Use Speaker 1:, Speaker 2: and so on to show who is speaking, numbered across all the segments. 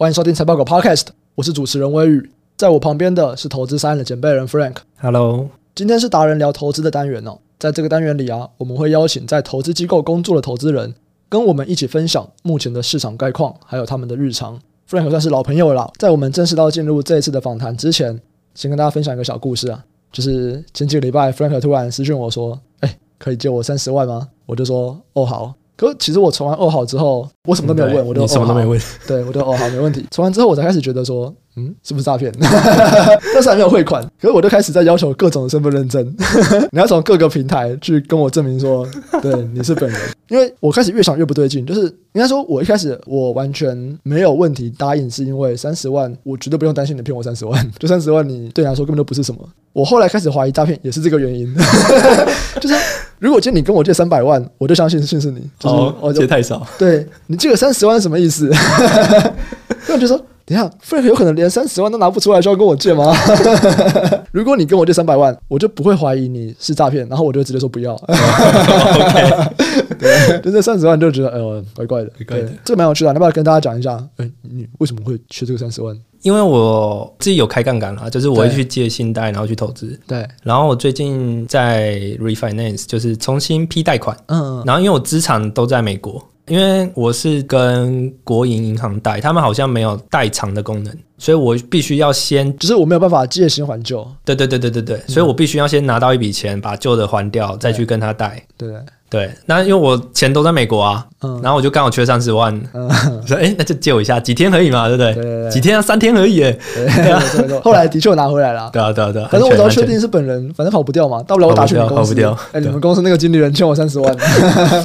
Speaker 1: 欢迎收听财报狗 Podcast，我是主持人微宇，在我旁边的是投资三的准备人 Frank。
Speaker 2: Hello，
Speaker 1: 今天是达人聊投资的单元哦，在这个单元里啊，我们会邀请在投资机构工作的投资人，跟我们一起分享目前的市场概况，还有他们的日常。Frank 算是老朋友了啦，在我们正式到进入这一次的访谈之前，先跟大家分享一个小故事啊，就是前几个礼拜 Frank 突然私讯我说：“哎，可以借我三十万吗？”我就说：“哦，好。”可其实我存完哦好之后，我什么都没有问，我就
Speaker 2: 嗯你什么
Speaker 1: 哦
Speaker 2: 都
Speaker 1: 好
Speaker 2: 没问，
Speaker 1: 对，我就哦好，没问题。存完之后，我才开始觉得说，嗯，是不是诈骗？ 但是还没有汇款，可是我就开始在要求各种身份认证， 你要从各个平台去跟我证明说，对你是本人。因为我开始越想越不对劲，就是应该说，我一开始我完全没有问题答应，是因为三十万，我绝对不用担心你骗我三十万，就三十万你对你来说根本就不是什么。我后来开始怀疑诈骗也是这个原因， 就是如果今天你跟我借三百万，我就相信信是你，就是我
Speaker 2: 哦，
Speaker 1: 就
Speaker 2: 借太 少，
Speaker 1: 对你借个三十万是什么意思？那我就说，等一下，Frank 有可能连三十万都拿不出来，就要跟我借吗？如果你跟我借三百万，我就不会怀疑你是诈骗，然后我就直接说不要。对，就这三十万就觉得，哎呦，怪怪的，
Speaker 2: 怪怪的
Speaker 1: 对这个蛮有趣的，你要不要跟大家讲一下？哎、你为什么会缺这个三十万？
Speaker 2: 因为我自己有开杠杆啦，就是我会
Speaker 1: 对
Speaker 2: 去借信贷，然后去投资。
Speaker 1: 对，
Speaker 2: 然后我最近在 refinance，就是重新批贷款。
Speaker 1: 嗯，
Speaker 2: 然后因为我资产都在美国，因为我是跟国营银行贷，他们好像没有代偿的功能，所以我必须要先，
Speaker 1: 就是我没有办法借新还旧，
Speaker 2: 对对对对对对，所以我必须要先拿到一笔钱，把旧的还掉，再去跟他贷。
Speaker 1: 对不对？
Speaker 2: 对，那因为我钱都在美国啊，
Speaker 1: 嗯
Speaker 2: 然后我就刚好缺三十万，我 说哎、那就借我一下，几天而已嘛，对不对？
Speaker 1: 对对对
Speaker 2: 几天啊，三天而已耶。
Speaker 1: 对，没错没错。后来的确我拿回来了，
Speaker 2: 对啊，对啊，对啊。
Speaker 1: 反正我
Speaker 2: 很
Speaker 1: 只要
Speaker 2: 全
Speaker 1: 确，定是本人，反正跑不掉嘛，大不了我打去你们公
Speaker 2: 跑不
Speaker 1: 司。
Speaker 2: 掉
Speaker 1: 哎、你们公司那个经理人欠我三十 万，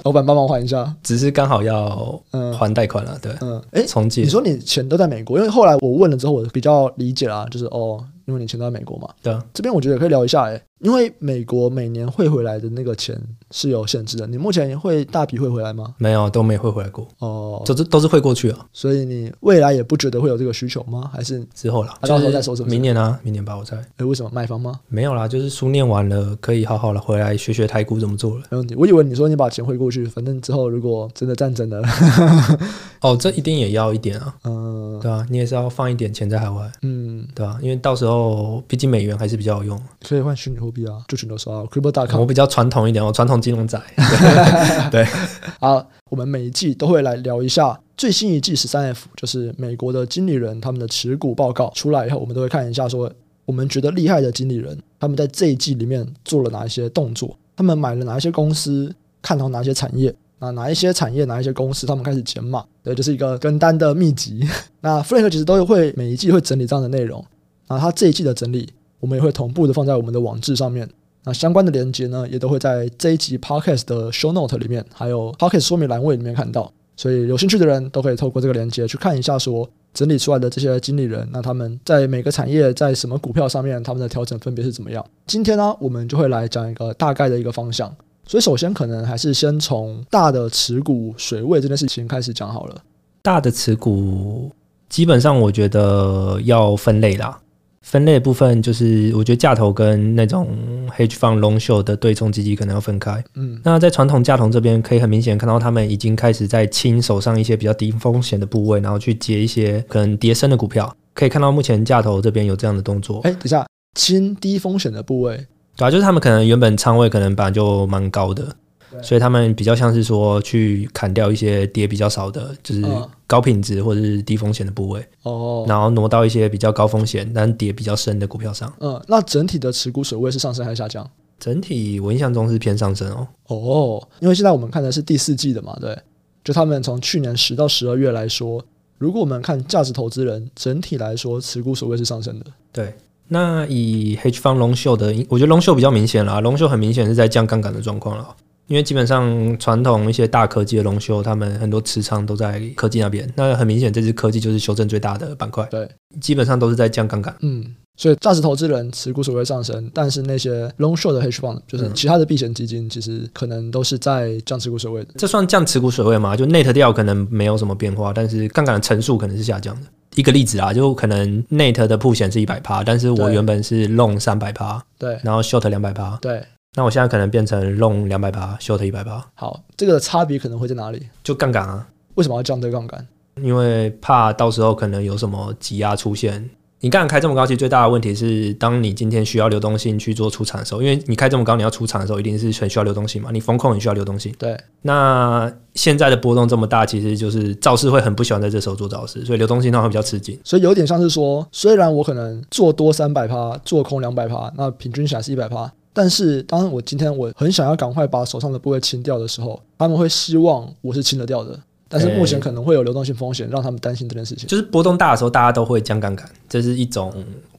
Speaker 1: 老板帮忙还一下
Speaker 2: 很。只是刚好要
Speaker 1: 嗯
Speaker 2: 还贷款啊了，对，
Speaker 1: 嗯，哎、
Speaker 2: 重借
Speaker 1: 你。说你钱都在美国，因为后来我问了之后，我比较理解啦，就是哦，因为你钱都在美国嘛。
Speaker 2: 对啊，
Speaker 1: 这边我觉得可以聊一下、哎，因为美国每年汇回来的那个钱是有限制的，你目前会大笔汇回来吗？
Speaker 2: 没有都没汇回来过，
Speaker 1: 哦，
Speaker 2: 都是都是汇过去啊，
Speaker 1: 所以你未来也不觉得会有这个需求吗？还是
Speaker 2: 之后啦，
Speaker 1: 啊到时候
Speaker 2: 就是
Speaker 1: 再说是不是
Speaker 2: 明年啊，明年吧，我猜
Speaker 1: 哎、为什么卖方吗？
Speaker 2: 没有啦，就是书念完了，可以好好的回来学学台股怎么做了。
Speaker 1: 没问题，我以为你说你把钱汇过去，反正之后如果真的战争了，
Speaker 2: 哦，这一定也要一点啊，
Speaker 1: 嗯
Speaker 2: 对啊，你也是要放一点钱在海外，
Speaker 1: 嗯，
Speaker 2: 对啊，因为到时候毕竟美元还是比较有用。
Speaker 1: 可以换虚拟货币啊，就全都刷 crypto.com
Speaker 2: 我比较传统一点，我传统金融仔。
Speaker 1: 啊，我们每一季都会来聊一下最新一季十三 F，就是美国的经理人他们的持股报告出来以后，我们都会看一下说我们觉得厉害的经理人，他们在这一季里面做了哪一些动作，他们买了哪一些公司，看好哪些产业。啊，哪一些产业，哪一些公司，他们开始减码，对，就是一个跟单的秘籍。 那 Frank 其实都会每一季会整理这样的内容，那他这一季的整理，我们也会同步的放在我们的网志上面，那相关的连接呢，也都会在这一集 podcast 的 show note 里面，还有 podcast 说明栏位里面看到。所以有兴趣的人都可以透过这个连接去看一下，说整理出来的这些经理人，那他们在每个产业在什么股票上面，他们的调整分别是怎么样。今天呢，我们就会来讲一个大概的一个方向。所以首先可能还是先从大的持股水位这件事情开始讲好了。
Speaker 2: 大的持股基本上我觉得要分类啦。分类的部分就是，我觉得价投跟那种 hedge fund long s h o 的对冲基金可能要分开。
Speaker 1: 嗯
Speaker 2: 那在传统价投这边，可以很明显看到他们已经开始在清手上一些比较低风险的部位，然后去接一些可能跌升的股票。可以看到目前价投这边有这样的动作，
Speaker 1: 哎，等一下，轻低风险的部位，
Speaker 2: 对啊，就是他们可能原本仓位可能本来就蛮高的，
Speaker 1: 对
Speaker 2: 所以他们比较像是说去砍掉一些跌比较少的，就是
Speaker 1: 嗯
Speaker 2: 高品质或者是低风险的部位。
Speaker 1: 哦，
Speaker 2: 然后挪到一些比较高风险但跌比较深的股票上。
Speaker 1: 嗯，那整体的持股水位是上升还是下降？
Speaker 2: 整体我印象中是偏上升哦。
Speaker 1: 哦，因为现在我们看的是第四季的嘛，对，就他们从去年十到十二月来说，如果我们看价值投资人整体来说，持股所谓是上升的。
Speaker 2: 那以 H 方龙秀的，我觉得龙秀比较明显啦，龙秀很明显是在降杠杆的状况了。因为基本上传统一些大科技的龙秀，他们很多持仓都在科技那边。那很明显，这支科技就是修正最大的板块，
Speaker 1: 对，
Speaker 2: 基本上都是在降杠杆。
Speaker 1: 嗯，所以价值投资人持股所谓上升，但是那些 long short 的 hedge fund，就是其他的避险基金，其实可能都是在降持股水位的。
Speaker 2: 这算降持股水位吗？就 net 掉可能没有什么变化，但是杠杆的层数可能是下降的。一个例子啊，就可能 net 的铺险是一百趴，但是我
Speaker 1: 对
Speaker 2: 原本是 long 三百趴，
Speaker 1: 对
Speaker 2: 然后 short 两百趴，
Speaker 1: 对，
Speaker 2: 那我现在可能变成 long 两百趴，short 一百趴，
Speaker 1: 好，这个差别可能会在哪里？
Speaker 2: 就杠杆啊。
Speaker 1: 为什么要降这个杠杆？
Speaker 2: 因为怕到时候可能有什么挤压出现。你杠杆开这么高，其实最大的问题是，当你今天需要流动性去做出场的时候，因为你开这么高，你要出场的时候一定是很需要流动性嘛，你风控很需要流动性。
Speaker 1: 对，
Speaker 2: 那现在的波动这么大，其实就是造势会很不喜欢在这时候做造势，所以流动性的话比较吃紧。
Speaker 1: 所以有点像是说，虽然我可能做多三百趴，做空两百趴，那平均起来是一百趴，但是当我今天我很想要赶快把手上的部位清掉的时候，他们会希望我是清得掉的，但是目前
Speaker 2: 哎
Speaker 1: 可能会有流动性风险，让他们担心这件事情。
Speaker 2: 就是波动大的时候，大家都会降杠杆，这是一种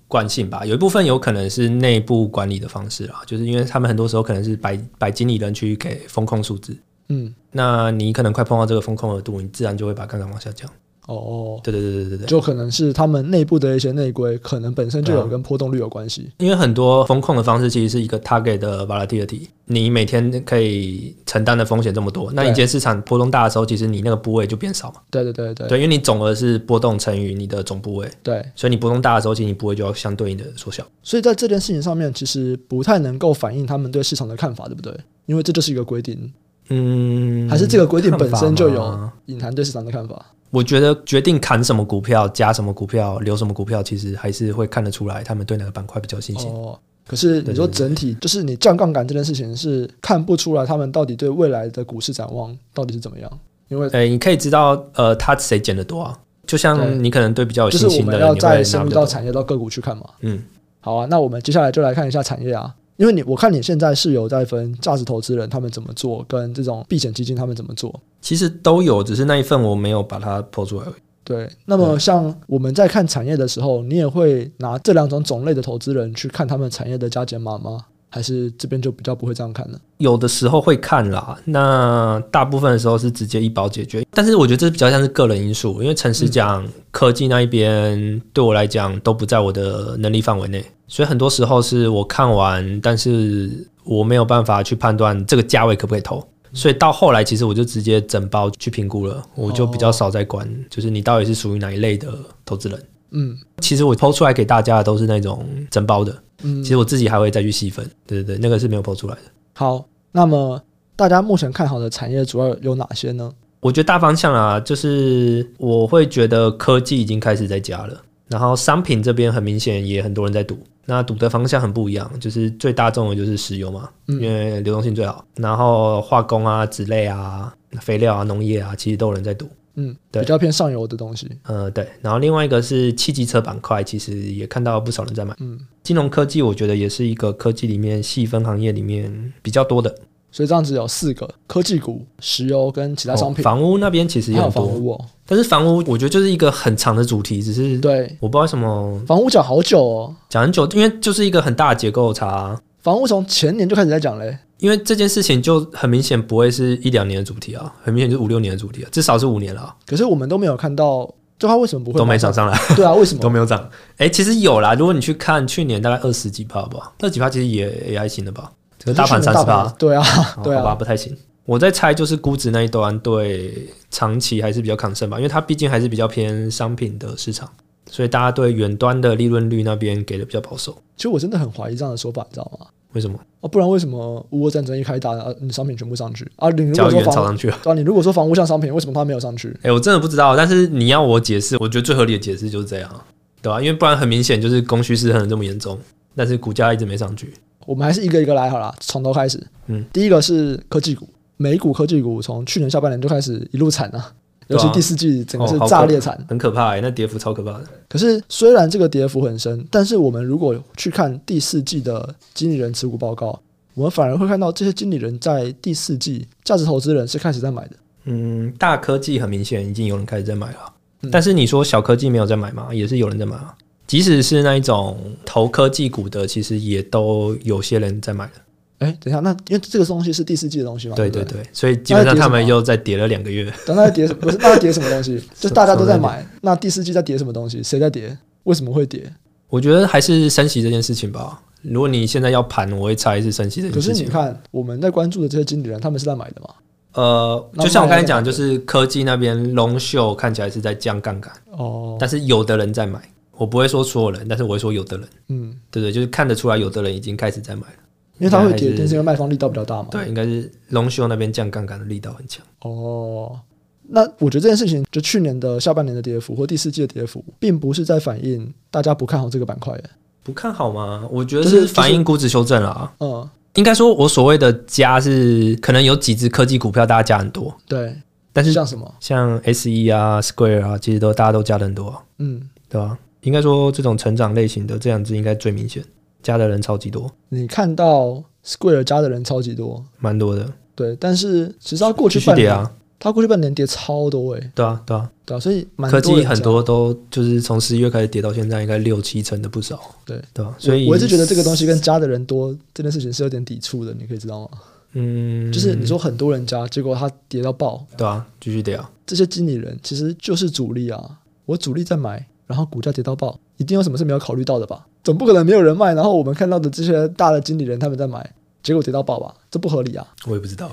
Speaker 2: 惯性吧。有一部分有可能是内部管理的方式啦，就是因为他们很多时候可能是摆摆经理人去给风控数字，
Speaker 1: 嗯，
Speaker 2: 那你可能快碰到这个风控额度，你自然就会把杠杆往下降。
Speaker 1: 哦哦，
Speaker 2: 对对对对对对，
Speaker 1: 就可能是他们内部的一些内规，可能本身就有
Speaker 2: 对啊
Speaker 1: 跟波动率有关系。
Speaker 2: 因为很多风控的方式其实是一个 target 的 volatility，你每天可以承担的风险这么多，那你
Speaker 1: 对
Speaker 2: 今天市场波动大的时候，其实你那个部位就变少嘛。
Speaker 1: 对对对对
Speaker 2: 对，因为你总额是波动乘以你的总部位，
Speaker 1: 对，
Speaker 2: 所以你波动大的时候，其实你部位就要相对应的缩小。
Speaker 1: 所以在这件事情上面，其实不太能够反映他们对市场的看法，对不对？因为这就是一个规定，
Speaker 2: 嗯，
Speaker 1: 还是这个规定本身就
Speaker 2: 看法
Speaker 1: 有
Speaker 2: 吗
Speaker 1: 隐含对市场的看法。
Speaker 2: 我觉得决定砍什么股票、加什么股票、留什么股票，其实还是会看得出来他们对哪个板块比较信心。
Speaker 1: 哦，可是你说整体就是你降杠杆这件事情是看不出来他们到底对未来的股市展望到底是怎么样，因为
Speaker 2: 呃，你可以知道，呃，他谁减的多啊？就
Speaker 1: 对
Speaker 2: 像你可能对比较有
Speaker 1: 就是
Speaker 2: 信
Speaker 1: 我
Speaker 2: 心的
Speaker 1: 们
Speaker 2: 人，
Speaker 1: 要
Speaker 2: 你会
Speaker 1: 再
Speaker 2: 拿
Speaker 1: 深入
Speaker 2: 比较
Speaker 1: 到
Speaker 2: 多。
Speaker 1: 产业到个股去看嘛。
Speaker 2: 嗯，
Speaker 1: 好啊，那我们接下来就来看一下产业啊，因为你我看你现在是有在分价值投资人他们怎么做，跟这种避险基金他们怎么做。
Speaker 2: 其实都有，只是那一份我没有把它剖出来而已。
Speaker 1: 对，那
Speaker 2: 嗯
Speaker 1: 么像我们在看产业的时候，你也会拿这两种种类的投资人去看他们产业的加减码吗？还是这边就比较不会这样看呢？
Speaker 2: 有的时候会看啦，那大部分的时候是直接一包解决。但是我觉得这比较像是个人因素，因为诚实讲，科技那一边对我来讲都不在我的能力范围内，所以很多时候是我看完，但是我没有办法去判断这个价位可不可以投。所以到后来，其实我就直接整包去评估了，我就比较少在管，就是你到底是属于哪一类的投资人。
Speaker 1: 嗯
Speaker 2: 其实我抛出来给大家的都是那种整包的，
Speaker 1: 嗯，
Speaker 2: 其实我自己还会再去细分。对对对，那个是没有抛出来的。
Speaker 1: 好，那么大家目前看好的产业主要有哪些呢？
Speaker 2: 我觉得大方向啊，就是我会觉得科技已经开始在加了，然后商品这边很明显也很多人在赌，那赌的方向很不一样，就是最大众的就是石油嘛，因
Speaker 1: 嗯，
Speaker 2: 为流动性最好，然后化工啊、纸类啊、肥料啊、农业啊，其实都有人在赌。
Speaker 1: 嗯，
Speaker 2: 对
Speaker 1: 比较偏上游的东西。
Speaker 2: 呃，对，然后另外一个是汽机车板块，其实也看到不少人在买。
Speaker 1: 嗯，
Speaker 2: 金融科技我觉得也是一个科技里面细分行业里面比较多的，
Speaker 1: 所以这样子有四个科技股、石油跟其他商品，
Speaker 2: 哦房屋那边其实
Speaker 1: 还
Speaker 2: 也
Speaker 1: 有
Speaker 2: 很
Speaker 1: 房
Speaker 2: 多，
Speaker 1: 屋、哦。
Speaker 2: 但是房屋我觉得就是一个很长的主题，只是
Speaker 1: 对，
Speaker 2: 我不知道为什么
Speaker 1: 房屋讲好久哦，
Speaker 2: 讲很久，因为就是一个很大的结构差、啊
Speaker 1: 房屋从前年就开始在讲嘞。
Speaker 2: 因为这件事情就很明显不会是一两年的主题啊，很明显就是五六年的主题啊，至少是五年了啊、
Speaker 1: 可是我们都没有看到，就它为什么不会
Speaker 2: 都没
Speaker 1: 马上
Speaker 2: 涨？上来，
Speaker 1: 对啊，为什
Speaker 2: 都
Speaker 1: 么？
Speaker 2: 没有涨。哎、其实有啦，如果你去看去年大概二十几趴吧，二十几趴其实也也还行的吧，这个大盘
Speaker 1: 可是去
Speaker 2: 三
Speaker 1: 年
Speaker 2: 十
Speaker 1: 大
Speaker 2: 趴
Speaker 1: 盘，，对啊，
Speaker 2: 好
Speaker 1: 对啊
Speaker 2: 好吧，不太行。我在猜就是估值那一端对长期还是比较抗胜吧，因为它毕竟还是比较偏商品的市场，所以大家对远端的利润率那边给的比较保守。
Speaker 1: 其实我真的很怀疑这样的说法，你知道吗？
Speaker 2: 为什么？
Speaker 1: 哦，不然为什么乌俄战争一开打，啊，你商品全部上去啊？你如
Speaker 2: 交
Speaker 1: 果
Speaker 2: 易
Speaker 1: 说
Speaker 2: 员炒
Speaker 1: 房，
Speaker 2: 上去了。
Speaker 1: 对啊，你如果说房屋像商品，为什么它没有上去？
Speaker 2: 哎、我真的不知道，但是你要我解释，我觉得最合理的解释就是这样，啊对吧、因为不然很明显就是供需失衡这么严重，但是股价一直没上去。
Speaker 1: 我们还是一个一个来好了，从头开始。
Speaker 2: 嗯，
Speaker 1: 第一个是科技股，美股科技股从去年下半年就开始一路惨啊，尤
Speaker 2: 对啊
Speaker 1: 其第四季整个
Speaker 2: 哦
Speaker 1: 是
Speaker 2: 好可
Speaker 1: 炸裂惨。
Speaker 2: 很可怕、欸，那跌幅超可怕的。
Speaker 1: 可是虽然这个跌幅很深，但是我们如果去看第四季的经理人持股报告，我们反而会看到这些经理人在第四季价值投资人是开始在买的。
Speaker 2: 嗯，大科技很明显已经有人开始在买了，
Speaker 1: 嗯
Speaker 2: 但是你说小科技没有在买吗？也是有人在买啊。即使是那一种投科技股的，其实也都有些人在买了。
Speaker 1: 哎，等一下，那因为这个东西是第四季的东西嘛？
Speaker 2: 对
Speaker 1: 对
Speaker 2: 对
Speaker 1: 不
Speaker 2: 对，所以基本
Speaker 1: 那
Speaker 2: 上
Speaker 1: 跌什么
Speaker 2: 他们又在跌了两个 月。
Speaker 1: 对。等它在跌什么？不是，那在跌什么东西？就是大家都 在买，那第四季在跌什么东西？谁在跌？为什么会跌？
Speaker 2: 我觉得还是升息这件事情吧。如果你现在要盘，我会猜是升息这
Speaker 1: 可
Speaker 2: 件
Speaker 1: 是你
Speaker 2: 事情。
Speaker 1: 看，我们在关注的这些经理人，他们是在买的嘛？
Speaker 2: 呃，
Speaker 1: 那
Speaker 2: 就像我刚才
Speaker 1: 卖
Speaker 2: 讲，
Speaker 1: 了
Speaker 2: 就
Speaker 1: 两个
Speaker 2: 是科技那边龙秀看起来是在降杠杆，
Speaker 1: 哦，
Speaker 2: 但是有的人在买，我不会说所有人，但是我会说有的人，
Speaker 1: 嗯，
Speaker 2: 对不对？就是看得出来，有的人已经开始在买了。
Speaker 1: 因为它会
Speaker 2: 应该
Speaker 1: 跌，
Speaker 2: 还是
Speaker 1: 但是因为卖方力道比较大嘛。
Speaker 2: 对，应该是龙秀那边降杠杆的力道很强。
Speaker 1: 哦，那我觉得这件事情，就去年的下半年的跌幅或第四季的跌幅，并不是在反映大家不看好这个板块耶。
Speaker 2: 不看好吗？我觉得
Speaker 1: 就是
Speaker 2: 是反映估值修正了啊。
Speaker 1: 嗯，
Speaker 2: 应该说，我所谓的加是可能有几只科技股票大家加很多，
Speaker 1: 对。
Speaker 2: 但是
Speaker 1: 像什么？
Speaker 2: 像 S E 啊、Square 啊，其实都大家都加的很多啊、
Speaker 1: 嗯，
Speaker 2: 对吧、应该说这种成长类型的这两只应该最明显，加的人超级多，
Speaker 1: 你看到 Square 加的人超级多，
Speaker 2: 蛮多的，
Speaker 1: 对，但是其实它过
Speaker 2: 继
Speaker 1: 去
Speaker 2: 续
Speaker 1: 半
Speaker 2: 跌
Speaker 1: 年，
Speaker 2: 啊，
Speaker 1: 它过去半年跌超多诶，
Speaker 2: 对啊，对啊，
Speaker 1: 对啊，所以蛮
Speaker 2: 科技
Speaker 1: 人
Speaker 2: 很
Speaker 1: 加
Speaker 2: 多都就是从十一月开始跌到现在，应该六七成的不少，
Speaker 1: 对
Speaker 2: 对吧、所以
Speaker 1: 我一直觉得这个东西跟加的人多这件事情是有点抵触的，你可以知道吗？
Speaker 2: 嗯，
Speaker 1: 就是你说很多人加，结果他跌到爆，
Speaker 2: 对啊，继续跌啊，
Speaker 1: 这些经理人其实就是主力啊。我主力在买，然后股价跌到爆，一定有什么是没有考虑到的吧？总不可能没有人卖，然后我们看到的这些大的经理人他们在买，结果跌到爆吧？这不合理啊！
Speaker 2: 我也不知道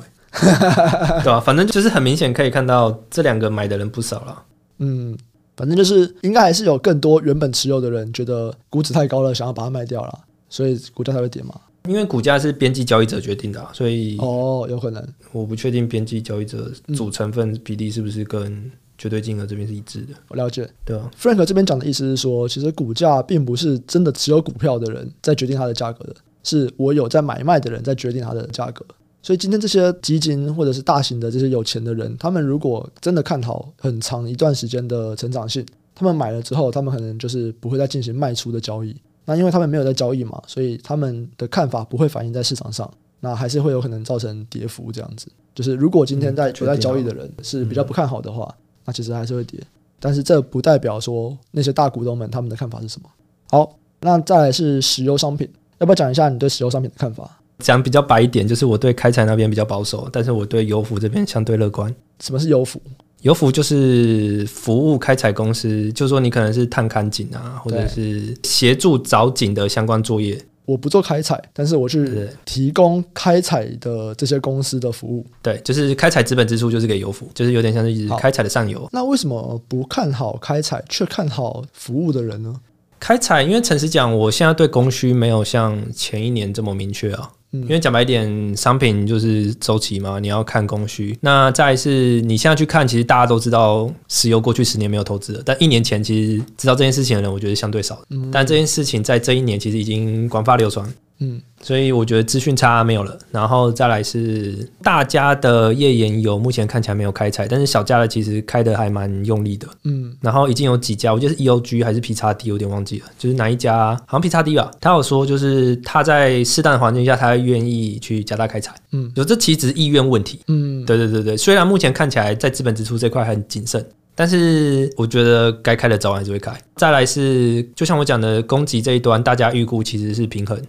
Speaker 2: 哎、对啊，反正就是很明显可以看到这两个买的人不少了，
Speaker 1: 嗯，反正就是应该还是有更多原本持有的人觉得估值太高了，想要把它卖掉了，所以股价才会跌嘛。
Speaker 2: 因为股价是边际交易者决定的、啊，所以
Speaker 1: 哦，有可能。
Speaker 2: 我不确定边际交易者组成分比例是不是跟绝对金额这边是一致的，
Speaker 1: 我了解
Speaker 2: 对啊，
Speaker 1: Frank 这边讲的意思是说，其实股价并不是真的持有股票的人在决定它的价格的，是我有在买卖的人在决定它的价格。所以今天这些基金或者是大型的这些有钱的人，他们如果真的看好很长一段时间的成长性，他们买了之后，他们可能就是不会再进行卖出的交易。那因为他们没有在交易嘛，所以他们的看法不会反映在市场上，那还是会有可能造成跌幅这样子。就是如果今天在
Speaker 2: 嗯
Speaker 1: 有在交易
Speaker 2: 确
Speaker 1: 的人是
Speaker 2: 嗯
Speaker 1: 比较不看好的话，那其实还是会跌。但是这不代表说那些大股东们他们的看法是什么。好，那再来是石油商品，要不要讲一下你对石油商品的看法？
Speaker 2: 讲比较白一点，就是我对开采那边比较保守，但是我对油服这边相对乐观。
Speaker 1: 什么是油服？
Speaker 2: 油服就是服务开采公司，就是说你可能是探勘井啊，或者
Speaker 1: 对
Speaker 2: 是协助找井的相关作业，
Speaker 1: 我不做开采，但是我
Speaker 2: 对不
Speaker 1: 去
Speaker 2: 对？
Speaker 1: 提供开采的这些公司的服务。
Speaker 2: 对，就是开采资本支出就是给油服，就是有点像是
Speaker 1: 好
Speaker 2: 开采的上游。
Speaker 1: 那为什么不看好开采，却看好服务的人呢？
Speaker 2: 开采，因为诚实讲，我现在对供需没有像前一年这么明确啊。
Speaker 1: 嗯
Speaker 2: 因为讲白一点，商品就是周期嘛，你要看供需。那再来是你现在去看，其实大家都知道，石油过去十年没有投资了，但一年前其实知道这件事情的人，我觉得相对少。
Speaker 1: 嗯
Speaker 2: 但这件事情在这一年其实已经广发流传，
Speaker 1: 嗯，
Speaker 2: 所以我觉得资讯差没有了，然后再来是大家的页岩油目前看起来没有开采，但是小家的其实开的还蛮用力的，
Speaker 1: 嗯
Speaker 2: 然后已经有几家，我记得是 EOG 还是 P 叉 D，有点忘记了，就是哪一家，好像 P 叉 D 吧，他有说就是他在适当的环境下，他愿意去加大开采，
Speaker 1: 嗯
Speaker 2: 有这其实只是意愿问题，
Speaker 1: 嗯，
Speaker 2: 对对对对，虽然目前看起来在资本支出这块很谨慎，但是我觉得该开的早晚还是会开。再来是，就像我讲的，供给这一端，大家预估其实是平衡。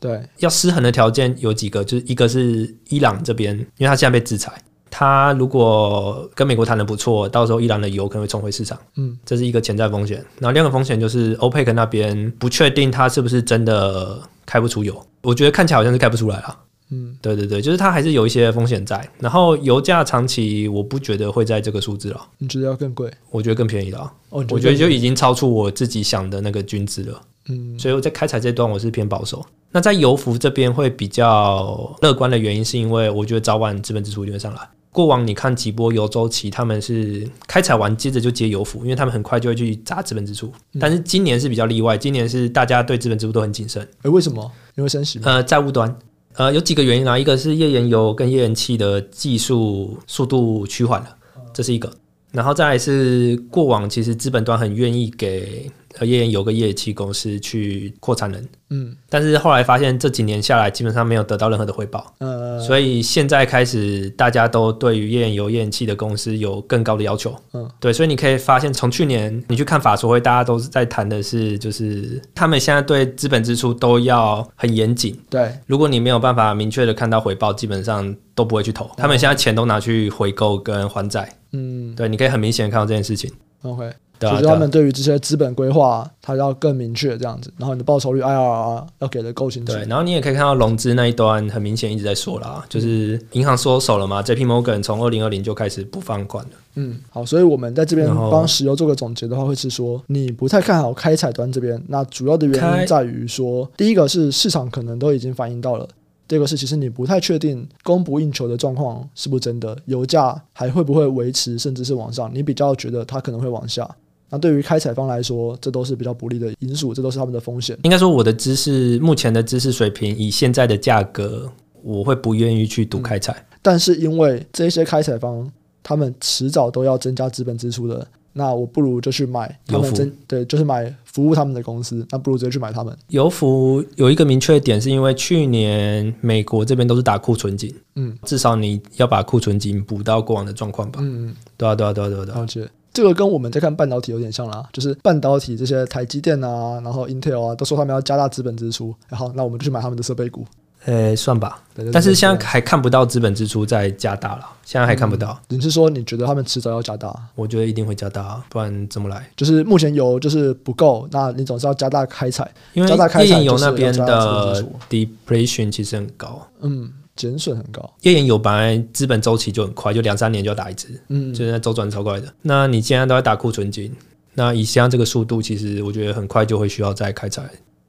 Speaker 1: 对，
Speaker 2: 要失衡的条件有几个，就是一个是伊朗这边，因为他现在被制裁，他如果跟美国谈的不错，到时候伊朗的油可能会冲回市场，
Speaker 1: 嗯
Speaker 2: 这是一个潜在风险。然后另一个风险就是 OPEC 那边不确定它是不是真的开不出油，我觉得看起来好像是开不出来啊。
Speaker 1: 嗯
Speaker 2: 对对对，就是它还是有一些风险在。然后油价长期我不觉得会在这个数字了，
Speaker 1: 你觉得要更贵？
Speaker 2: 我觉得更便宜了啊。
Speaker 1: 哦，你
Speaker 2: 我觉得
Speaker 1: 更
Speaker 2: 就
Speaker 1: 贵
Speaker 2: 已经超出我自己想的那个均值了，
Speaker 1: 嗯
Speaker 2: 所以我在开采这段我是偏保守。那在油服这边会比较乐观的原因，是因为我觉得早晚资本支出一定会上来。过往你看几波油周期，他们是开采完接着就接油服，因为他们很快就会去砸资本支出。
Speaker 1: 嗯
Speaker 2: 但是今年是比较例外，今年是大家对资本支出都很谨慎。
Speaker 1: 哎，为什么因为升息吗？
Speaker 2: 呃，债务端，呃，有几个原因啊，一个是页岩油跟页岩气的技术速度趋缓了，这是一个。然后再来是过往，其实资本端很愿意给呃页岩油跟页岩气公司去扩产能，
Speaker 1: 嗯
Speaker 2: 但是后来发现这几年下来，基本上没有得到任何的回报，
Speaker 1: 呃
Speaker 2: 所以现在开始大家都对于页岩油、页岩气的公司有更高的要求。
Speaker 1: 嗯，
Speaker 2: 对，所以你可以发现，从去年你去看法说会，大家都是在谈的是，就是他们现在对资本支出都要很严谨。
Speaker 1: 对，
Speaker 2: 如果你没有办法明确的看到回报，基本上都不会去投。他们现在钱都拿去回购跟还债，
Speaker 1: 嗯
Speaker 2: 对，你可以很明显地看到这件事情，
Speaker 1: ，OK。
Speaker 2: 对
Speaker 1: 所
Speaker 2: 啊，
Speaker 1: 以他
Speaker 2: 对啊
Speaker 1: 们对于这些资本规划，它要更明确这样子，然后你的报酬率 IRR 要给的够清楚。
Speaker 2: 对。然后你也可以看到融资那一端，很明显一直在说
Speaker 1: 嗯
Speaker 2: 啦，就是银行缩手了嘛，J P Morgan 从二零二零就开始不放款了，
Speaker 1: 嗯，好，所以我们在这边
Speaker 2: 然后
Speaker 1: 帮石油做个总结的话，会是说你不太看好开采端这边，那主要的原
Speaker 2: 开
Speaker 1: 因在于说，第一个是市场可能都已经反映到了。第二个是，其实你不太确定供不应求的状况是不是真的，油价还会不会维持，甚至是往上，你比较觉得它可能会往下。那对于开采方来说，这都是比较不利的因素，这都是他们的风险。
Speaker 2: 应该说我的知识目前的知识水平，以现在的价格，我会不愿意去赌开采。
Speaker 1: 但是因为这些开采方，他们迟早都要增加资本支出的，那我不如就去买他
Speaker 2: 有
Speaker 1: 们
Speaker 2: 福
Speaker 1: 增对，就是买服务他们的公司，那不如直接去买他们。
Speaker 2: 油服有一个明确点，是因为去年美国这边都是打库存紧，
Speaker 1: 嗯
Speaker 2: 至少你要把库存紧补到过往的状况吧。
Speaker 1: 嗯嗯，
Speaker 2: 对啊，对啊，对啊，对啊，对啊。
Speaker 1: 了解。这个跟我们在看半导体有点像啦，就是半导体这些台积电啊，然后 Intel 啊，都说他们要加大资本支出，然后那我们就去买他们的设备股。
Speaker 2: 呃，算吧，
Speaker 1: 对嗯
Speaker 2: 但是现在
Speaker 1: 这样
Speaker 2: 还看不到资本支出在加大了，现在还看不到，
Speaker 1: 你是说你觉得他们迟早要加大？
Speaker 2: 我觉得一定会加大啊，不然怎么来？
Speaker 1: 就是目前油就是不够，那你总是要加大开采，
Speaker 2: 因为
Speaker 1: 加大开采
Speaker 2: 页岩油
Speaker 1: 就是
Speaker 2: 那
Speaker 1: 要
Speaker 2: 边
Speaker 1: 加大资
Speaker 2: 的
Speaker 1: 本支
Speaker 2: depletion 其实很高，
Speaker 1: 嗯，减损很高，
Speaker 2: 页岩油本来资本周期就很快，就两三年就要打一支，
Speaker 1: 嗯，
Speaker 2: 就是那周转超快的。那你现在都在打库存金，那以现在这个速度，其实我觉得很快就会需要再开采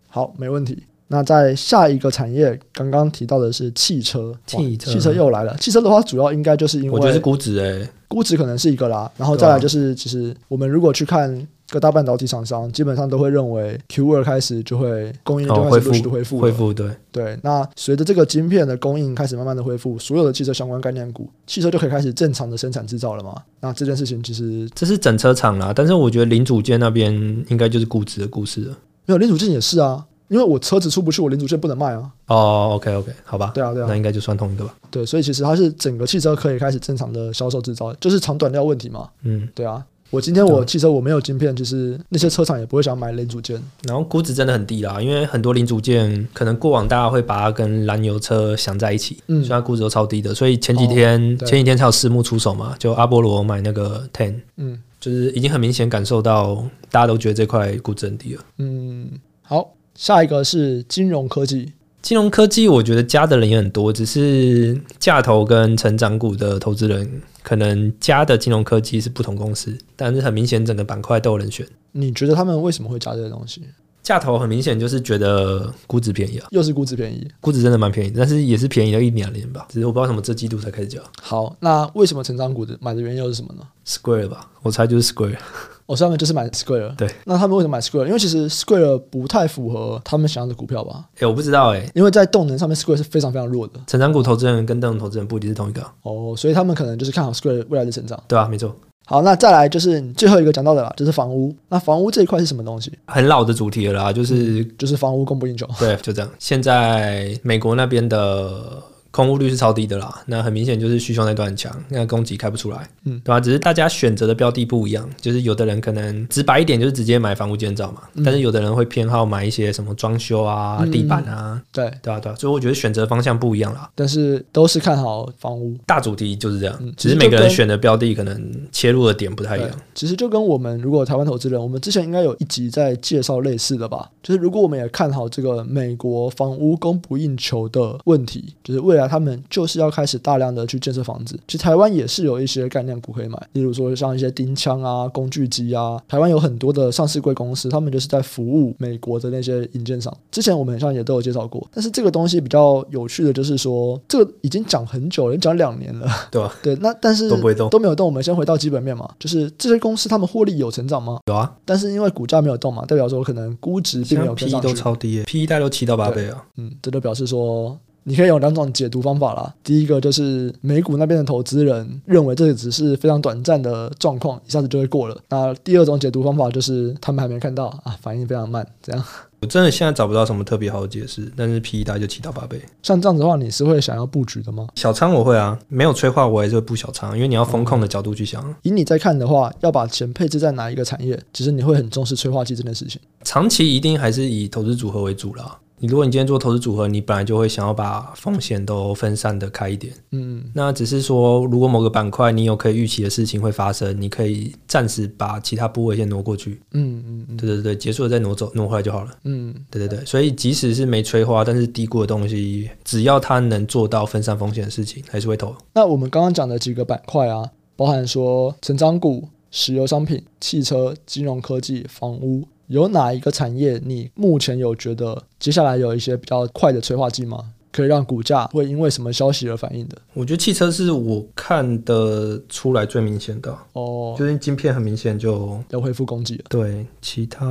Speaker 1: 好，没问题。那在下一个产业，刚刚提到的是汽车，哇
Speaker 2: 汽车
Speaker 1: 汽车又来了。汽车的话，主要应该就是因
Speaker 2: 我觉得是
Speaker 1: 为
Speaker 2: 估值哎、欸，
Speaker 1: 估值可能是一个啦，然后
Speaker 2: 对啊
Speaker 1: 再来就是，其实我们如果去看各大半导体厂商，基本上都会认为 Q 二开始就会供应链就
Speaker 2: 哦
Speaker 1: 开
Speaker 2: 恢
Speaker 1: 始陆续地恢
Speaker 2: 复
Speaker 1: 复
Speaker 2: 恢
Speaker 1: 了
Speaker 2: 复对，
Speaker 1: 对，那随着这个晶片的供应开始慢慢的恢复，所有的汽车相关概念股，汽车就可以开始正常的生产制造了嘛？那这件事情其实
Speaker 2: 这是整车厂啦，但是我觉得零组件那边应该就是估值的故事了。
Speaker 1: 没有零组件也是啊，因为我车子出不去，我零组件不能卖啊。
Speaker 2: 哦，OK OK，好吧，
Speaker 1: 对啊，对啊
Speaker 2: 那，应该就算同一个吧。
Speaker 1: 对，所以其实它是整个汽车可以开始正常的销售制造，就是长短料问题嘛。
Speaker 2: 嗯，
Speaker 1: 对啊，我今天我汽车我没有晶片，其实那些车厂也不会想买零组件。
Speaker 2: 然后估值真的很低啦，因为很多零组件可能过往大家会把它跟燃油车想在一起，
Speaker 1: 嗯哦
Speaker 2: 虽然估值都超低的，所以前几天、
Speaker 1: 对
Speaker 2: 前几天才有私募出手嘛，就阿波罗买那个 Ten，
Speaker 1: 嗯
Speaker 2: 就是已经很明显感受到大家都觉得这块估值很低了。
Speaker 1: 嗯，好，下一个是金融科技。
Speaker 2: 金融科技我觉得加的人也很多，只是价投跟成长股的投资人可能加的金融科技是不同公司，但是很明显整个板块都有人选。
Speaker 1: 你觉得他们为什么会加这些东西？
Speaker 2: 价投很明显就是觉得估值便宜啊，
Speaker 1: 又是估值便宜。
Speaker 2: 估值真的蛮便宜，但是也是便宜了一两年吧。只是我不知道为什么这季度才开始交
Speaker 1: 好，那为什么成长股的买的原因又是什么呢？
Speaker 2: Square 吧，我猜就是 Square。
Speaker 1: 哦，所以他们就是买 Square。
Speaker 2: 对，
Speaker 1: 那他们为什么买 Square？因为其实 Square 不太符合他们想要的股票吧？
Speaker 2: 哎、我不知道哎、
Speaker 1: 因为在动能上面，Square 是非常非常弱的
Speaker 2: 成长股投资人跟邓投资人不一定是同一个啊，
Speaker 1: 哦，所以他们可能就是看好 Square 未来的成长。
Speaker 2: 对吧、没错，
Speaker 1: 好，那再来就是你最后一个讲到的啦，就是房屋。那房屋这一块是什么东西？
Speaker 2: 很老的主题了啦，就是、
Speaker 1: 就是房屋供不应求。
Speaker 2: 对，就这样。现在美国那边的空屋率是超低的啦，那很明显就是需求那段很强，那供给开不出来，
Speaker 1: 嗯
Speaker 2: 对吧、只是大家选择的标的不一样，就是有的人可能直白一点就是直接买房屋建造嘛，
Speaker 1: 嗯
Speaker 2: 但是有的人会偏好买一些什么装修啊、
Speaker 1: 嗯
Speaker 2: 地板啊，
Speaker 1: 对，
Speaker 2: 对啊，对啊，所以我觉得选择方向不一样啦。
Speaker 1: 但是都是看好房屋。
Speaker 2: 大主题就是这样，
Speaker 1: 嗯
Speaker 2: 只是每个人选的标的可能切入的点不太一
Speaker 1: 对
Speaker 2: 样。，
Speaker 1: 其实就跟我们如果台湾投资人，我们之前应该有一集在介绍类似的吧？就是如果我们也看好这个美国房屋供不应求的问题，就是未来他们就是要开始大量的去建设房子。其实台湾也是有一些概念股可以买，例如说像一些钉枪啊、工具机啊，台湾有很多的上市贵公司，他们就是在服务美国的那些引建商。之前我们好像也都有介绍过，但是这个东西比较有趣的就是说，这个已经讲很久了，讲两年了，
Speaker 2: 对啊
Speaker 1: 对，那但是
Speaker 2: 都不会动
Speaker 1: 都没有动。我们先回到基本面嘛，就是这些公司他们获利有成长吗？
Speaker 2: 有啊，
Speaker 1: 但是因为股价没有动嘛，代表说可能估值并没有跟
Speaker 2: P
Speaker 1: 上
Speaker 2: 都
Speaker 1: 去。
Speaker 2: 超低、p 大概都七到八
Speaker 1: 对
Speaker 2: 倍啊。
Speaker 1: 嗯，这就表示说，你可以有两种解读方法啦。第一个就是美股那边的投资人认为这只是非常短暂的状况，一下子就会过了。那第二种解读方法就是他们还没看到啊，反应非常慢，这样。
Speaker 2: 我真的现在找不到什么特别好的解释，但是 P 大概就七到八倍。
Speaker 1: 像这样子的话，你是会想要布局的吗？
Speaker 2: 小仓我会啊，没有催化我也是会布小仓，因为你要风控的角度去想，
Speaker 1: 以你在看的话，要把钱配置在哪一个产业，其实你会很重视催化剂这件事情。
Speaker 2: 长期一定还是以投资组合为主啦。你如果你今天做投资组合，你本来就会想要把风险都分散的开一点。
Speaker 1: 嗯，
Speaker 2: 那只是说，如果某个板块你有可以预期的事情会发生，你可以暂时把其他部位先挪过去。
Speaker 1: 嗯嗯嗯
Speaker 2: 对对对，结束了再挪走挪回来就好了。
Speaker 1: 嗯，
Speaker 2: 对对对，所以即使是没催化，但是低估的东西，只要它能做到分散风险的事情，还是会投。
Speaker 1: 那我们刚刚讲的几个板块啊，包含说成长股、石油商品、汽车、金融科技、房屋，有哪一个产业你目前有觉得接下来有一些比较快的催化剂吗？可以让股价会因为什么消息而反应的。
Speaker 2: 我觉得汽车是我看的出来最明显的，啊
Speaker 1: 哦，
Speaker 2: 就是晶片很明显就
Speaker 1: 要恢复供给了。
Speaker 2: 对其他，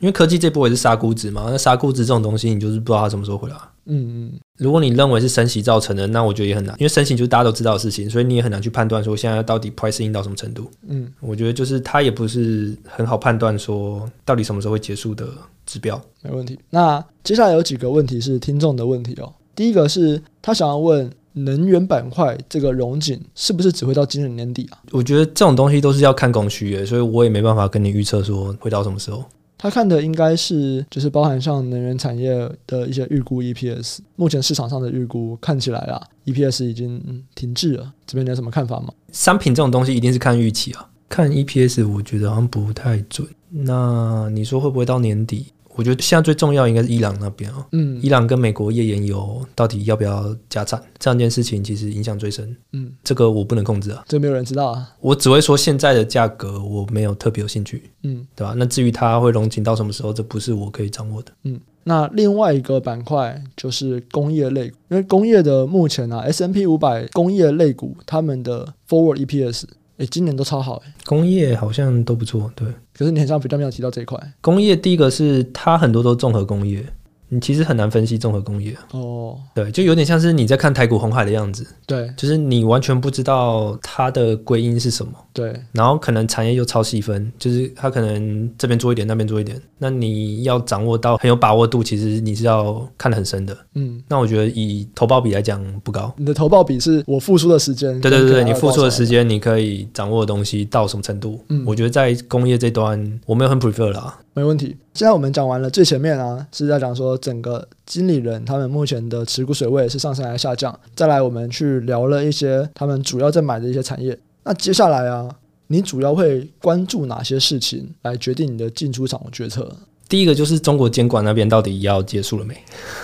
Speaker 2: 因为科技这波也是杀估值嘛，那杀估值这种东西，你就是不知道它什么时候回来。啊
Speaker 1: 嗯嗯，
Speaker 2: 如果你认为是升息造成的，那我觉得也很难，因为升息就是大家都知道的事情，所以你也很难去判断说现在到底 pricing 到什么程度。
Speaker 1: 嗯，
Speaker 2: 我觉得就是它也不是很好判断说到底什么时候会结束的指标。
Speaker 1: 没问题。那接下来有几个问题是听众的问题哦。第一个是他想要问能源板块这个融景是不是只会到今年年底啊？
Speaker 2: 我觉得这种东西都是要看供需的，所以我也没办法跟你预测说会到什么时候。
Speaker 1: 他看的应该是就是包含像能源产业的一些预估 EPS，目前市场上的预估看起来啊 EPS 已经、嗯停滞了，这边你有什么看法吗？
Speaker 2: 商品这种东西一定是看预期啊，看 EPS 我觉得好像不太准。那你说会不会到年底？我觉得现在最重要应该是伊朗那边啊，
Speaker 1: 嗯
Speaker 2: 伊朗跟美国页岩油到底要不要加产这样一件事情，其实影响最深。
Speaker 1: 嗯，
Speaker 2: 这个我不能控制啊，
Speaker 1: 这没有人知道啊，
Speaker 2: 我只会说现在的价格我没有特别有兴趣，
Speaker 1: 嗯
Speaker 2: 对吧？那至于它会融紧到什么时候，这不是我可以掌握的。
Speaker 1: 嗯。那另外一个板块就是工业类股，因为工业的目前啊 S M P 五百工业类股他们的 forward EPS，诶、今年都超好诶、
Speaker 2: 工业好像都不错，对。
Speaker 1: 可是你好像比较没有提到这一块
Speaker 2: 工业第一个是它很多都综合工业，你其实很难分析综合工业，啊
Speaker 1: 哦。
Speaker 2: 对，就有点像是你在看台股红海的样子，
Speaker 1: 对
Speaker 2: 就是你完全不知道它的归因是什么，
Speaker 1: 对，
Speaker 2: 然后可能产业又超细分，就是它可能这边做一点，那边做一点，那你要掌握到很有把握度，其实你是要看得很深的。
Speaker 1: 嗯，
Speaker 2: 那我觉得以投报比来讲不高。
Speaker 1: 你的投报比是我付出的时间，
Speaker 2: 对对对对，
Speaker 1: 跟
Speaker 2: 你付出的时
Speaker 1: 间，
Speaker 2: 间，你可以掌握的东西到什么程度？
Speaker 1: 嗯
Speaker 2: 我觉得在工业这端，我没有很 prefer 啦。
Speaker 1: 没问题。现在我们讲完了最前面啊，是在讲说整个经理人他们目前的持股水位是上升还是下降。再来，我们去聊了一些他们主要在买的一些产业。那接下来啊，你主要会关注哪些事情来决定你的进出场的决策？
Speaker 2: 第一个就是中国监管那边到底要结束了没？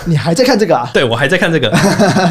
Speaker 1: 你还在看这个啊？
Speaker 2: 对我还在看这 个，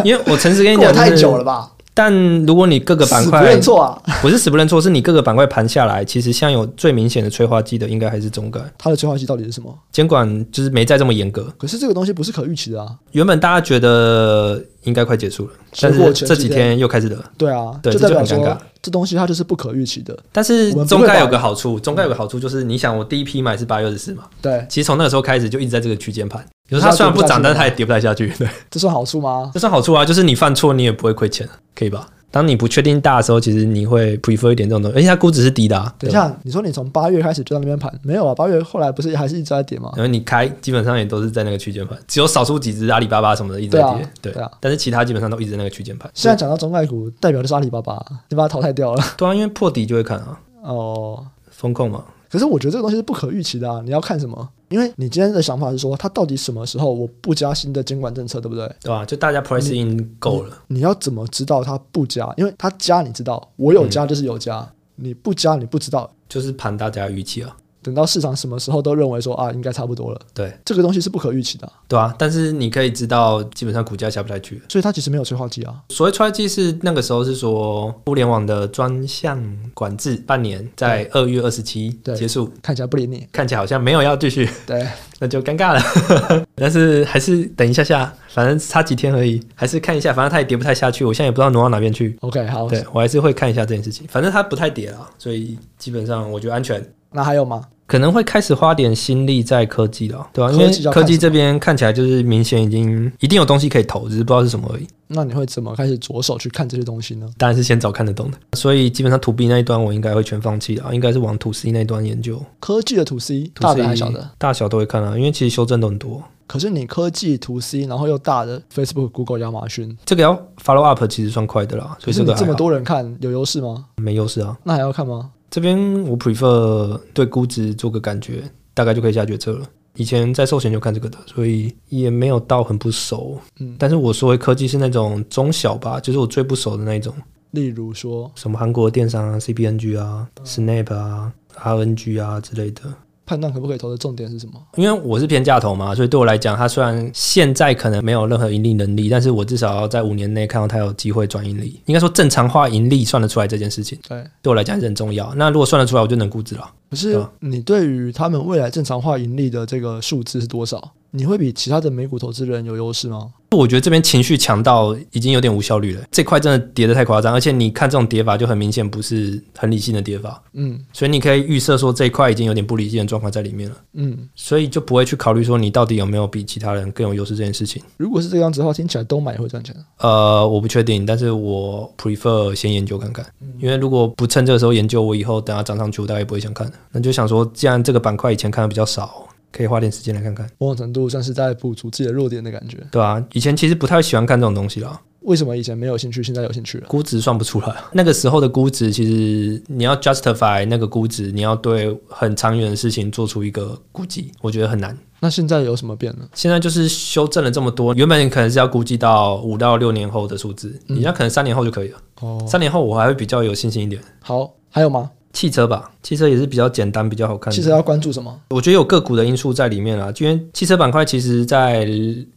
Speaker 2: 因为我诚实跟你
Speaker 1: 过
Speaker 2: 讲，
Speaker 1: 太
Speaker 2: 就是
Speaker 1: 久了吧？
Speaker 2: 但如果你各个板
Speaker 1: 死不
Speaker 2: 块
Speaker 1: 认错啊！
Speaker 2: 不是死不认错，是你各个板块盘下来，其实像有最明显的催化剂的，应该还是中概
Speaker 1: 它的催化剂到底是什么？
Speaker 2: 监管，就是没再这么严格。
Speaker 1: 可是这个东西不是可预期的啊。
Speaker 2: 原本大家觉得应该快结束了，
Speaker 1: 结
Speaker 2: 但
Speaker 1: 果
Speaker 2: 是
Speaker 1: 前
Speaker 2: 这几天又开始了。
Speaker 1: 对啊，
Speaker 2: 对
Speaker 1: 就
Speaker 2: 这
Speaker 1: 代
Speaker 2: 就
Speaker 1: 表
Speaker 2: 很尴
Speaker 1: 说
Speaker 2: 尬
Speaker 1: 这东西它就是不可预期的。
Speaker 2: 但是
Speaker 1: 我们不
Speaker 2: 中
Speaker 1: 会
Speaker 2: 概
Speaker 1: 把
Speaker 2: 有个好处，中概有个好处就是，你想我第一批买是八月二十四嘛，
Speaker 1: 对，
Speaker 2: 其实从那个时候开始就一直在这个区间盘，就是
Speaker 1: 它
Speaker 2: 它虽然
Speaker 1: 跌不
Speaker 2: 不
Speaker 1: 下
Speaker 2: 涨，
Speaker 1: 去
Speaker 2: 但
Speaker 1: 吗
Speaker 2: 它也跌不太下去。对，
Speaker 1: 这算好处吗？
Speaker 2: 这算好处啊，就是你犯错你也不会亏钱，可以吧？当你不确定大的时候，其实你会 prefer 一点这种东西，而且它估值是低的、啊。
Speaker 1: 等一
Speaker 2: 对吧，
Speaker 1: 下，你说你从八月开始就在那边盘，没有啊？八月后来不是还是一直在跌吗？
Speaker 2: 然后你开基本上也都是在那个区间盘，只有少数几只阿里巴巴什么的一直在
Speaker 1: 对啊
Speaker 2: 跌，对
Speaker 1: 对啊
Speaker 2: 但是其他基本上都一直在那个区间盘。
Speaker 1: 现在讲到中概股，代表就是阿里巴巴，你把它淘汰掉了
Speaker 2: 对啊，因为破底就会看啊，
Speaker 1: 哦。
Speaker 2: 风控嘛，
Speaker 1: 可是我觉得这个东西是不可预期的啊！你要看什么？因为你今天的想法是说，它到底什么时候我不加新的监管政策，对不对？
Speaker 2: 对吧、就大
Speaker 1: 嗯
Speaker 2: 家 price in 够了，
Speaker 1: 你要怎么知道它不加？因为它加你知道，我有
Speaker 2: 嗯
Speaker 1: 加就是有加，你不加你不知道。
Speaker 2: 就是盘大家的预期啊，
Speaker 1: 等到市场什么时候都认为说啊，应该差不多了，
Speaker 2: 对
Speaker 1: 这个东西是不可预期的啊、
Speaker 2: 对啊。但是你可以知道，基本上股价下不下去了。
Speaker 1: 所以它其实没有催化剂啊。
Speaker 2: 所谓揣忌是那个时候是说互联网的专项管制半年在二月二十七
Speaker 1: 对
Speaker 2: 结束，
Speaker 1: 看起来不理你，
Speaker 2: 看起来好像没有要继续。
Speaker 1: 对，
Speaker 2: 那就尴尬了。 但是还是等一下下，反正差几天而已，还是看一下，反正它也跌不太下去，我现在也不知道挪到哪边去。
Speaker 1: OK，好。
Speaker 2: 对我还是会看一下这件事情，反正它不太跌了，所以基本上我觉得安全。
Speaker 1: 那还有吗？
Speaker 2: 可能会开始花点心力在科技了，对吧、因为
Speaker 1: 科技要看
Speaker 2: 科技
Speaker 1: 什么
Speaker 2: 这边看起来就是明显已经一定有东西可以投，只是不知道是什么而已。
Speaker 1: 那你会怎么开始着手去看这些东西呢？
Speaker 2: 当然是先找看得懂的，所以基本上 to B 那一端我应该会全放弃的，应该是往 to C 那一端研究。
Speaker 1: 科技的 to C 大的
Speaker 2: to
Speaker 1: 还
Speaker 2: C
Speaker 1: 是小的？
Speaker 2: 大小都会看啊，因为其实修正都很多。
Speaker 1: 可是你科技 to C，然后又大的 Facebook、Google、亚马逊，
Speaker 2: 这个要 follow up 其实算快的啦，所
Speaker 1: 可
Speaker 2: 以
Speaker 1: 是
Speaker 2: 这
Speaker 1: 你
Speaker 2: 个还
Speaker 1: 这么
Speaker 2: 好
Speaker 1: 多人看有优势吗？
Speaker 2: 没优势啊。
Speaker 1: 那还要看吗？
Speaker 2: 这边我 prefer 对估值做个感觉，大概就可以下决策了。以前在寿险就看这个的，所以也没有到很不熟。
Speaker 1: 嗯，
Speaker 2: 但是我所谓科技是那种中小吧，就是我最不熟的那一种，
Speaker 1: 例如说
Speaker 2: 什么韩国电商啊、CPNG 啊、Snap 啊、RNG 啊之类的。
Speaker 1: 判断可不可以投的重点是什么？
Speaker 2: 因为我是偏价投嘛，所以对我来讲，它虽然现在可能没有任何盈利能力，但是我至少要在五年内看到它有机会转盈利。应该说正常化盈利算得出来这件事情，
Speaker 1: 对，
Speaker 2: 对我来讲是很重要。那如果算得出来，我就能估值了。
Speaker 1: 可是
Speaker 2: 啊
Speaker 1: 你对于他们未来正常化盈利的这个数字是多少？你会比其他的美股投资人有优势吗？
Speaker 2: 我觉得这边情绪强到已经有点无效率了，这块真的跌得太夸张，而且你看这种跌法就很明显不是很理性的跌法，
Speaker 1: 嗯
Speaker 2: 所以你可以预设说这一块已经有点不理性的状况在里面了，
Speaker 1: 嗯，
Speaker 2: 所以就不会去考虑说你到底有没有比其他人更有优势这件事情。
Speaker 1: 如果是这个样子的话，听起来都买会赚钱。
Speaker 2: 呃，我不确定，但是我 prefer 先研究看看，因为如果不趁这个时候研究，我以后等它涨上去，我大概也不会想看了。那就想说，既然这个板块以前看的比较少，可以花点时间来看看，
Speaker 1: 某种程度算是在补足自己的弱点的感觉。
Speaker 2: 对吧、以前其实不太喜欢看这种东西啦，
Speaker 1: 为什么以前没有兴趣，现在有兴趣了？
Speaker 2: 估值算不出来。那个时候的估值，其实你要 justify 那个估值，你要对很长远的事情做出一个估计，我觉得很难。
Speaker 1: 那现在有什么变呢？
Speaker 2: 现在就是修正了这么多，原本可能是要估计到五到六年后的数字，
Speaker 1: 嗯
Speaker 2: 你那可能三年后就可以了。
Speaker 1: 哦，
Speaker 2: 三年后我还会比较有信心一点。
Speaker 1: 好，还有吗？
Speaker 2: 汽车吧，汽车也是比较简单、比较好看的。
Speaker 1: 其实要关注什么？
Speaker 2: 我觉得有个股的因素在里面啦，因为汽车板块其实在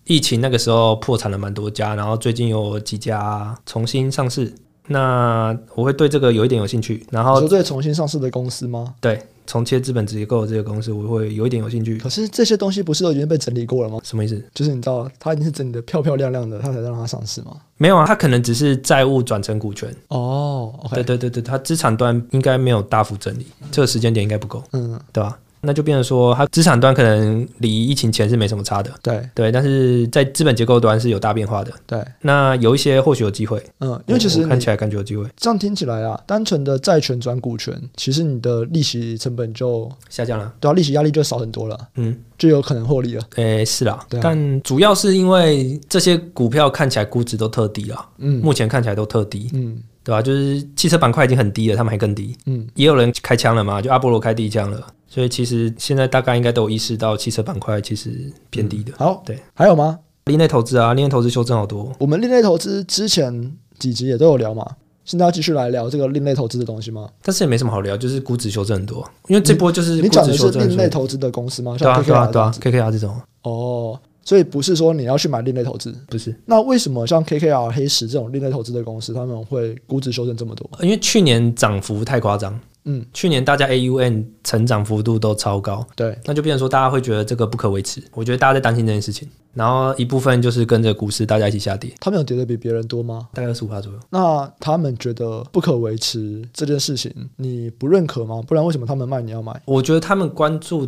Speaker 2: 疫情那个时候破产了蛮多家，然后最近有几家重新上市。那我会对这个有一点有兴趣，然
Speaker 1: 你
Speaker 2: 后
Speaker 1: 说最重新上市的公司吗？
Speaker 2: 对重切资本结构这个公司我会有一点有兴趣。
Speaker 1: 可是这些东西不是都已经被整理过了吗？
Speaker 2: 什么意思？
Speaker 1: 就是你知道，它已经是整理的漂漂亮亮的，它才让它上市吗？
Speaker 2: 没有啊，它可能只是债务转成股权。
Speaker 1: 哦
Speaker 2: 对
Speaker 1: ，OK，
Speaker 2: 对对对，它资产端应该没有大幅整理，这个时间点应该不够，
Speaker 1: 嗯，
Speaker 2: 对吧？那就变成说，它资产端可能离疫情前是没什么差的，
Speaker 1: 对
Speaker 2: 对，但是在资本结构端是有大变化的。
Speaker 1: 对，
Speaker 2: 那有一些或许有机会，
Speaker 1: 嗯，因为其
Speaker 2: 我
Speaker 1: 实
Speaker 2: 我看
Speaker 1: 你
Speaker 2: 起来感觉有机会
Speaker 1: 这样听起来啊，单纯的债权转股权，其实你的利息成本就
Speaker 2: 下降了。
Speaker 1: 对啊，利息压力就少很多了，
Speaker 2: 嗯，
Speaker 1: 就有可能获利了。
Speaker 2: 诶、是啦，
Speaker 1: 对啊
Speaker 2: 但主要是因为这些股票看起来估值都特低啦，
Speaker 1: 嗯
Speaker 2: 目前看起来都特低，
Speaker 1: 嗯
Speaker 2: 对吧、就是汽车板块已经很低了，他们还更低，
Speaker 1: 嗯，
Speaker 2: 也有人开枪了嘛，就阿波罗开第一枪了，所以其实现在大家应该都有意识到汽车板块其实偏低的。
Speaker 1: 好，
Speaker 2: 对，
Speaker 1: 还有吗？
Speaker 2: 另类投资啊，另类投资修正好多，
Speaker 1: 我们另类投资之前几集也都有聊嘛，现在要继续来聊这个另类投资的东西吗？
Speaker 2: 但是也没什么好聊，就是估值修正很多，因为这波就是
Speaker 1: 你
Speaker 2: 估
Speaker 1: 讲的
Speaker 2: 值
Speaker 1: 是
Speaker 2: 修正很
Speaker 1: 另
Speaker 2: 多
Speaker 1: 类投资的公司吗？
Speaker 2: 对
Speaker 1: 像
Speaker 2: 啊
Speaker 1: KK
Speaker 2: 对啊
Speaker 1: 啊这
Speaker 2: 对啊
Speaker 1: 样子。
Speaker 2: ，KKR 这种
Speaker 1: 哦，所以不是说你要去买另类投资，
Speaker 2: 不是。
Speaker 1: 那为什么像 KKR、黑石这种另类投资的公司，他们会估值修正这么多？
Speaker 2: 因为去年涨幅太夸张，
Speaker 1: 嗯，
Speaker 2: 去年大家 AUN 成长幅度都超高，
Speaker 1: 对，
Speaker 2: 那就变成说大家会觉得这个不可维持。我觉得大家在担心这件事情，然后一部分就是跟着股市大家一起下跌，
Speaker 1: 他们有跌得比别人多吗？
Speaker 2: 大概二十五趴左右。
Speaker 1: 那他们觉得不可维持这件事情，你不认可吗？不然为什么他们卖你要买？
Speaker 2: 我觉得他们关注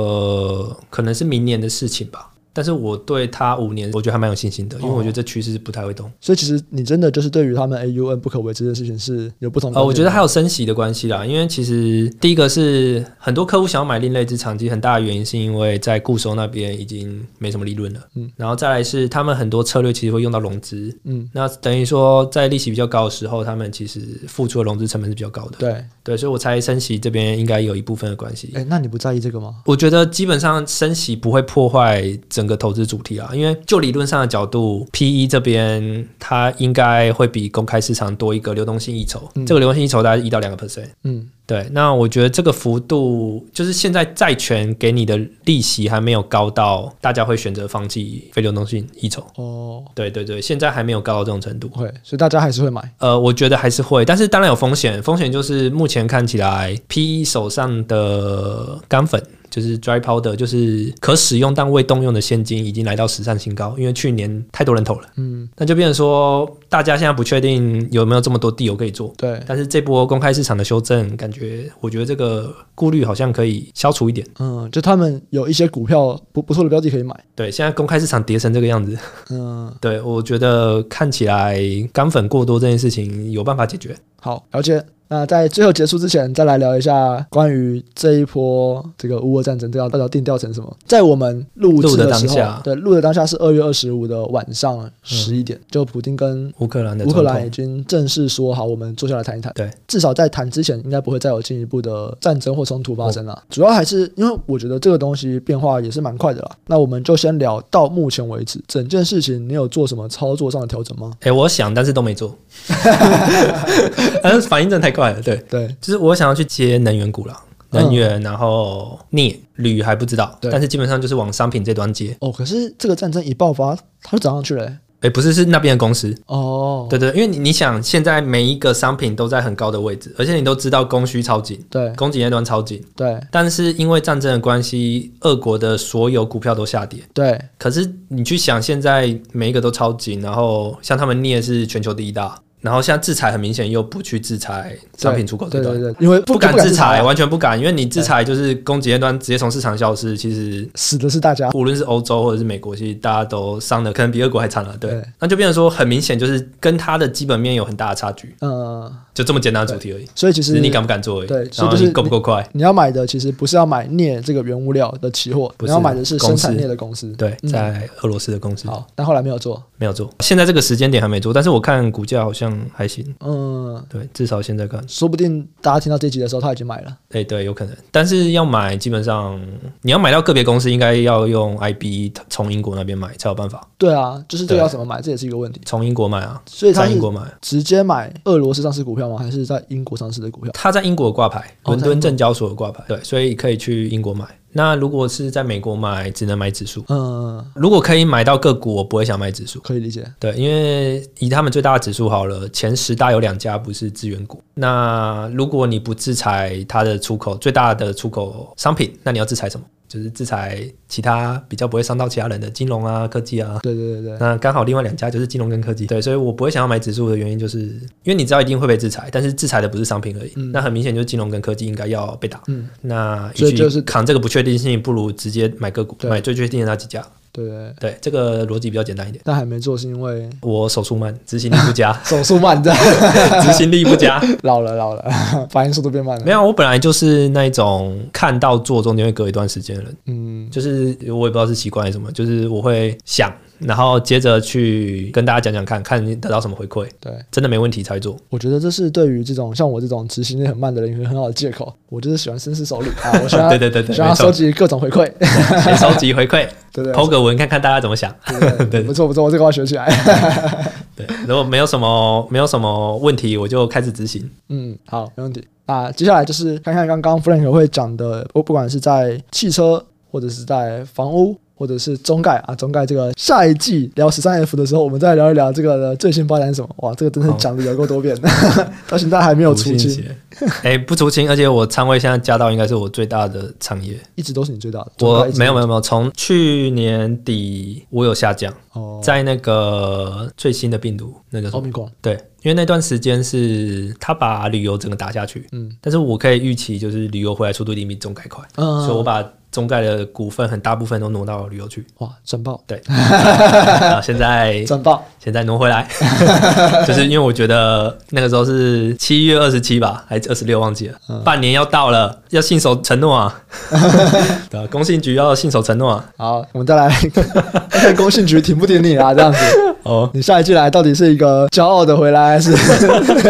Speaker 2: 的可能是明年的事情吧，但是我对他五年，我觉得还蛮有信心的，因为我觉得这趋势是不太会动。
Speaker 1: 所以其实你真的就是对于他们 AUN 不可维持这件事情是有不同的
Speaker 2: 呃，我觉得还
Speaker 1: 有
Speaker 2: 有升息的关系啦，因为其实第一个是很多客户想要买另类资产，其实很大的原因是因为在固收那边已经没什么利润了，
Speaker 1: 嗯
Speaker 2: 嗯，然后再来是他们很多策略其实会用到融资，
Speaker 1: 嗯，
Speaker 2: 那等于说在利息比较高的时候，他们其实付出的融资成本是比较高的，
Speaker 1: 对，哎、
Speaker 2: 对，所以我猜升息这边应该有一部分的关系。
Speaker 1: 那你不在意这个吗？
Speaker 2: 我觉得基本上升息不会破坏整个投资主题啊，因为就理论上的角度，P E 这边它应该会比公开市场多一个流动性溢酬，
Speaker 1: 嗯
Speaker 2: 这个流动性溢酬大概一到两个 percent。
Speaker 1: 嗯
Speaker 2: 对，那我觉得这个幅度就是现在债权给你的利息还没有高到大家会选择放弃非流动性溢酬。
Speaker 1: 哦
Speaker 2: 对对对，现在还没有高到这种程度。
Speaker 1: ，OK，所以大家还是会买。
Speaker 2: 呃，我觉得还是会，但是当然有风险。风险就是目前看起来，P E 手上的干粉就是 dry powder，就是可使用但未动用的现金已经来到史上新高，因为去年太多人投了，
Speaker 1: 嗯，
Speaker 2: 那就变成说大家现在不确定有没有这么多地油可以做。
Speaker 1: 对，
Speaker 2: 但是这波公开市场的修正，感觉我觉得这个顾虑好像可以消除一点。
Speaker 1: 嗯，就他们有一些股票不不错的标的可以买。
Speaker 2: 对，现在公开市场跌成这个样子，
Speaker 1: 嗯，
Speaker 2: 对我觉得看起来干粉过多这件事情有办法解决。
Speaker 1: 好，了解。那在最后结束之前，再来聊一下关于这一波这个乌俄战争，这要到底要定调成什么？在我们录制
Speaker 2: 录的
Speaker 1: 时
Speaker 2: 当
Speaker 1: 候，
Speaker 2: 下
Speaker 1: 对，录的当下是二月二十五的晚上十一点，就普丁跟
Speaker 2: 乌克兰的
Speaker 1: 乌克
Speaker 2: 总
Speaker 1: 兰
Speaker 2: 统
Speaker 1: 已经正式说好，我们坐下来谈一谈。
Speaker 2: 对，
Speaker 1: 至少在谈之前，应该不会再有进一步的战争或冲突发生
Speaker 2: 哦
Speaker 1: 了。主要还是因为我觉得这个东西变化也是蛮快的啦。那我们就先聊到目前为止，整件事情你有做什么操作上的调整吗？
Speaker 2: 哎、我想，但是都 没做，但是反应真的太快了。对，
Speaker 1: 对，
Speaker 2: 就是我想要去接能源股了，
Speaker 1: 嗯
Speaker 2: 能源，然后镍、铝还不知道，
Speaker 1: 对
Speaker 2: 但是基本上就是往商品这端接。
Speaker 1: 哦，可是这个战争一爆发，它就涨上去了欸、
Speaker 2: 哎，不是，是那边的公司。
Speaker 1: 哦，
Speaker 2: 对对，因为你你想，现在每一个商品都在很高的位置，而且你都知道供需超紧，
Speaker 1: 对
Speaker 2: 供给那端超紧，
Speaker 1: 对
Speaker 2: 但是因为战争的关系，俄国的所有股票都下跌。
Speaker 1: 对
Speaker 2: 可是你去想，现在每一个都超紧，然后像他们镍是全球第一大，然后现在制裁很明显又不去制裁商品出口这
Speaker 1: 对
Speaker 2: 段，
Speaker 1: 对对，因为
Speaker 2: 不
Speaker 1: 敢
Speaker 2: 敢制裁，
Speaker 1: 啊，
Speaker 2: 完全不敢，因为你制裁就是供给链端直接从市场消失，其实。
Speaker 1: 死的是大家。
Speaker 2: 无论是欧洲或者是美国，其实大家都伤的可能比俄国还惨了。对，
Speaker 1: 对
Speaker 2: 那就变成说很明显，就是跟它的基本面有很大的差距，
Speaker 1: 呃，
Speaker 2: 就这么简单的主题而已。
Speaker 1: 所以其
Speaker 2: 只
Speaker 1: 实
Speaker 2: 是你敢不敢做而已，
Speaker 1: 对所以
Speaker 2: 然后
Speaker 1: 就是
Speaker 2: 你够不够快？
Speaker 1: 你要买的其实不是要买镍这个原物料的期货，
Speaker 2: 不
Speaker 1: 你
Speaker 2: 是啊
Speaker 1: 要买的是生产
Speaker 2: 公司
Speaker 1: 镍的公司。
Speaker 2: 对，
Speaker 1: 嗯
Speaker 2: 在俄罗斯的公司
Speaker 1: 好，但后来没有做。
Speaker 2: 没有做，现在这个时间点还没做，但是我看股价好像还行，
Speaker 1: 嗯，
Speaker 2: 对，至少现在看，
Speaker 1: 说不定大家听到这集的时候他已经买了。
Speaker 2: 哎、对，有可能，但是要买基本上你要买到个别公司，应该要用 IB 从英国那边买才有办法，
Speaker 1: 对啊，就是这个
Speaker 2: 对
Speaker 1: 要怎么买，这也是一个问题。
Speaker 2: 从英国买啊，
Speaker 1: 所以他
Speaker 2: 在英
Speaker 1: 是
Speaker 2: 国买，
Speaker 1: 直接买俄罗斯上市股票吗？还是在英国上市的股票？
Speaker 2: 他在英国有挂牌，
Speaker 1: 哦
Speaker 2: 伦敦证交所有挂牌，对，所以可以去英国买。那如果是在美国买，只能买指数。
Speaker 1: 嗯，
Speaker 2: 如果可以买到个股，我不会想买指数。
Speaker 1: 可以理解。
Speaker 2: 对，因为以他们最大的指数好了，前十大有两家不是资源股。那如果你不制裁它的出口最大的出口商品，那你要制裁什么？就是制裁其他比较不会伤到其他人的金融啊、科技啊。
Speaker 1: 对对对对，
Speaker 2: 那刚好另外两家就是金融跟科技，对，所以我不会想要买指数的原因就是，因为你知道一定会被制裁，但是制裁的不是商品而已，
Speaker 1: 嗯
Speaker 2: 那很明显就是金融跟科技应该要被打。
Speaker 1: 嗯，
Speaker 2: 那与
Speaker 1: 所以
Speaker 2: 其
Speaker 1: 就是
Speaker 2: 扛这个不确定性，不如直接买个股，
Speaker 1: 对
Speaker 2: 买最确定的那几家。
Speaker 1: 对对。对
Speaker 2: 对，这个逻辑比较简单一点。
Speaker 1: 但还没做是因为，
Speaker 2: 我手速慢，执行力不佳
Speaker 1: 手速慢，这样
Speaker 2: 执行力不佳。
Speaker 1: 老了老了， 反应速度变慢了。
Speaker 2: 没有，我本来就是那一种看到做中间会隔一段时间的人，
Speaker 1: 嗯，
Speaker 2: 就是我也不知道是习惯还是什么，就是我会想，然后接着去跟大家讲讲看，看你得到什么回馈，
Speaker 1: 对，
Speaker 2: 真的没问题才做。
Speaker 1: 我觉得这是对于这种像我这种执行力很慢的人一个很好的借口。我就是喜欢深思熟 虑啊，我喜欢
Speaker 2: 对对对对，
Speaker 1: 喜欢
Speaker 2: 没
Speaker 1: 收
Speaker 2: 错，
Speaker 1: 集各种回 馈，
Speaker 2: 先收集回馈，
Speaker 1: 对对
Speaker 2: 投个文看看大家怎么想。
Speaker 1: 对对，
Speaker 2: 对
Speaker 1: 不错不错，我这个我要学起来。
Speaker 2: 对，如果没有什么没有什么问题，我就开始执行。
Speaker 1: 嗯，好，没问题。啊，接下来就是看看刚刚 Frank 会讲的，不不管是在汽车，或者是在房屋，或者是中概啊，中概这个下一季聊十三 F 的时候，我们再聊一聊这个的最新发展是什么。哇，这个真是
Speaker 2: 好
Speaker 1: 讲的有够多变， 到现在还没有出
Speaker 2: 不信
Speaker 1: 清，
Speaker 2: 邪。哎、不出清，而且我仓位现在加到应该是我最大的仓业。
Speaker 1: 一直都是你最大的。中
Speaker 2: 我
Speaker 1: 概一直
Speaker 2: 没有没有没有，从去年底我有下降，
Speaker 1: 哦，
Speaker 2: 在那个最新的病毒那个什
Speaker 1: 奥
Speaker 2: 么
Speaker 1: 密克戎，
Speaker 2: 对，因为那段时间是他把旅游整个打下去，
Speaker 1: 嗯
Speaker 2: 但是我可以预期就是旅游回来速度一定比中概快，所以我
Speaker 1: 嗯，
Speaker 2: 把中概的股份很大部分都挪到旅 游去，
Speaker 1: 哇，转爆
Speaker 2: 对，啊现在
Speaker 1: 转爆，
Speaker 2: 现在挪 回来，就是因为我觉得那个时候是七月二十七吧，还是二十六忘记了，
Speaker 1: 嗯
Speaker 2: 半年要到了，要信守承 诺啊，对啊，工信局要信守承诺啊，
Speaker 1: 好，我们再来看看工信局挺不挺你啊，这样子。
Speaker 2: 哦，
Speaker 1: 你下一季来到底是一个骄傲的回来，还是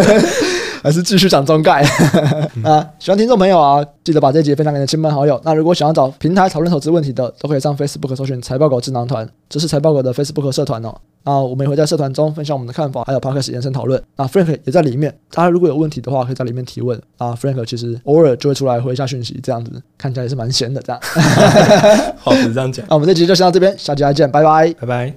Speaker 1: 还是继续讲中概 啊？喜欢听众朋友啊，记得把这集分享给你的亲朋好友。那如果想要找平台讨论投资问题的，都可以上 Facebook 搜寻“财报狗智囊团”，这是财报狗的 Facebook 社团哦。那我们也会在社团中分享我们的看法，还有 Podcast 延伸讨论。那 Frank 也在里面，大家如果有问题的话，可以在里面提问。啊，Frank 其实偶尔就会出来回一下讯息，这样子看起来也是蛮闲的这样。
Speaker 2: 话不是这样讲，
Speaker 1: 那我们这集就先到这边，下集再见，拜拜。
Speaker 2: 拜拜。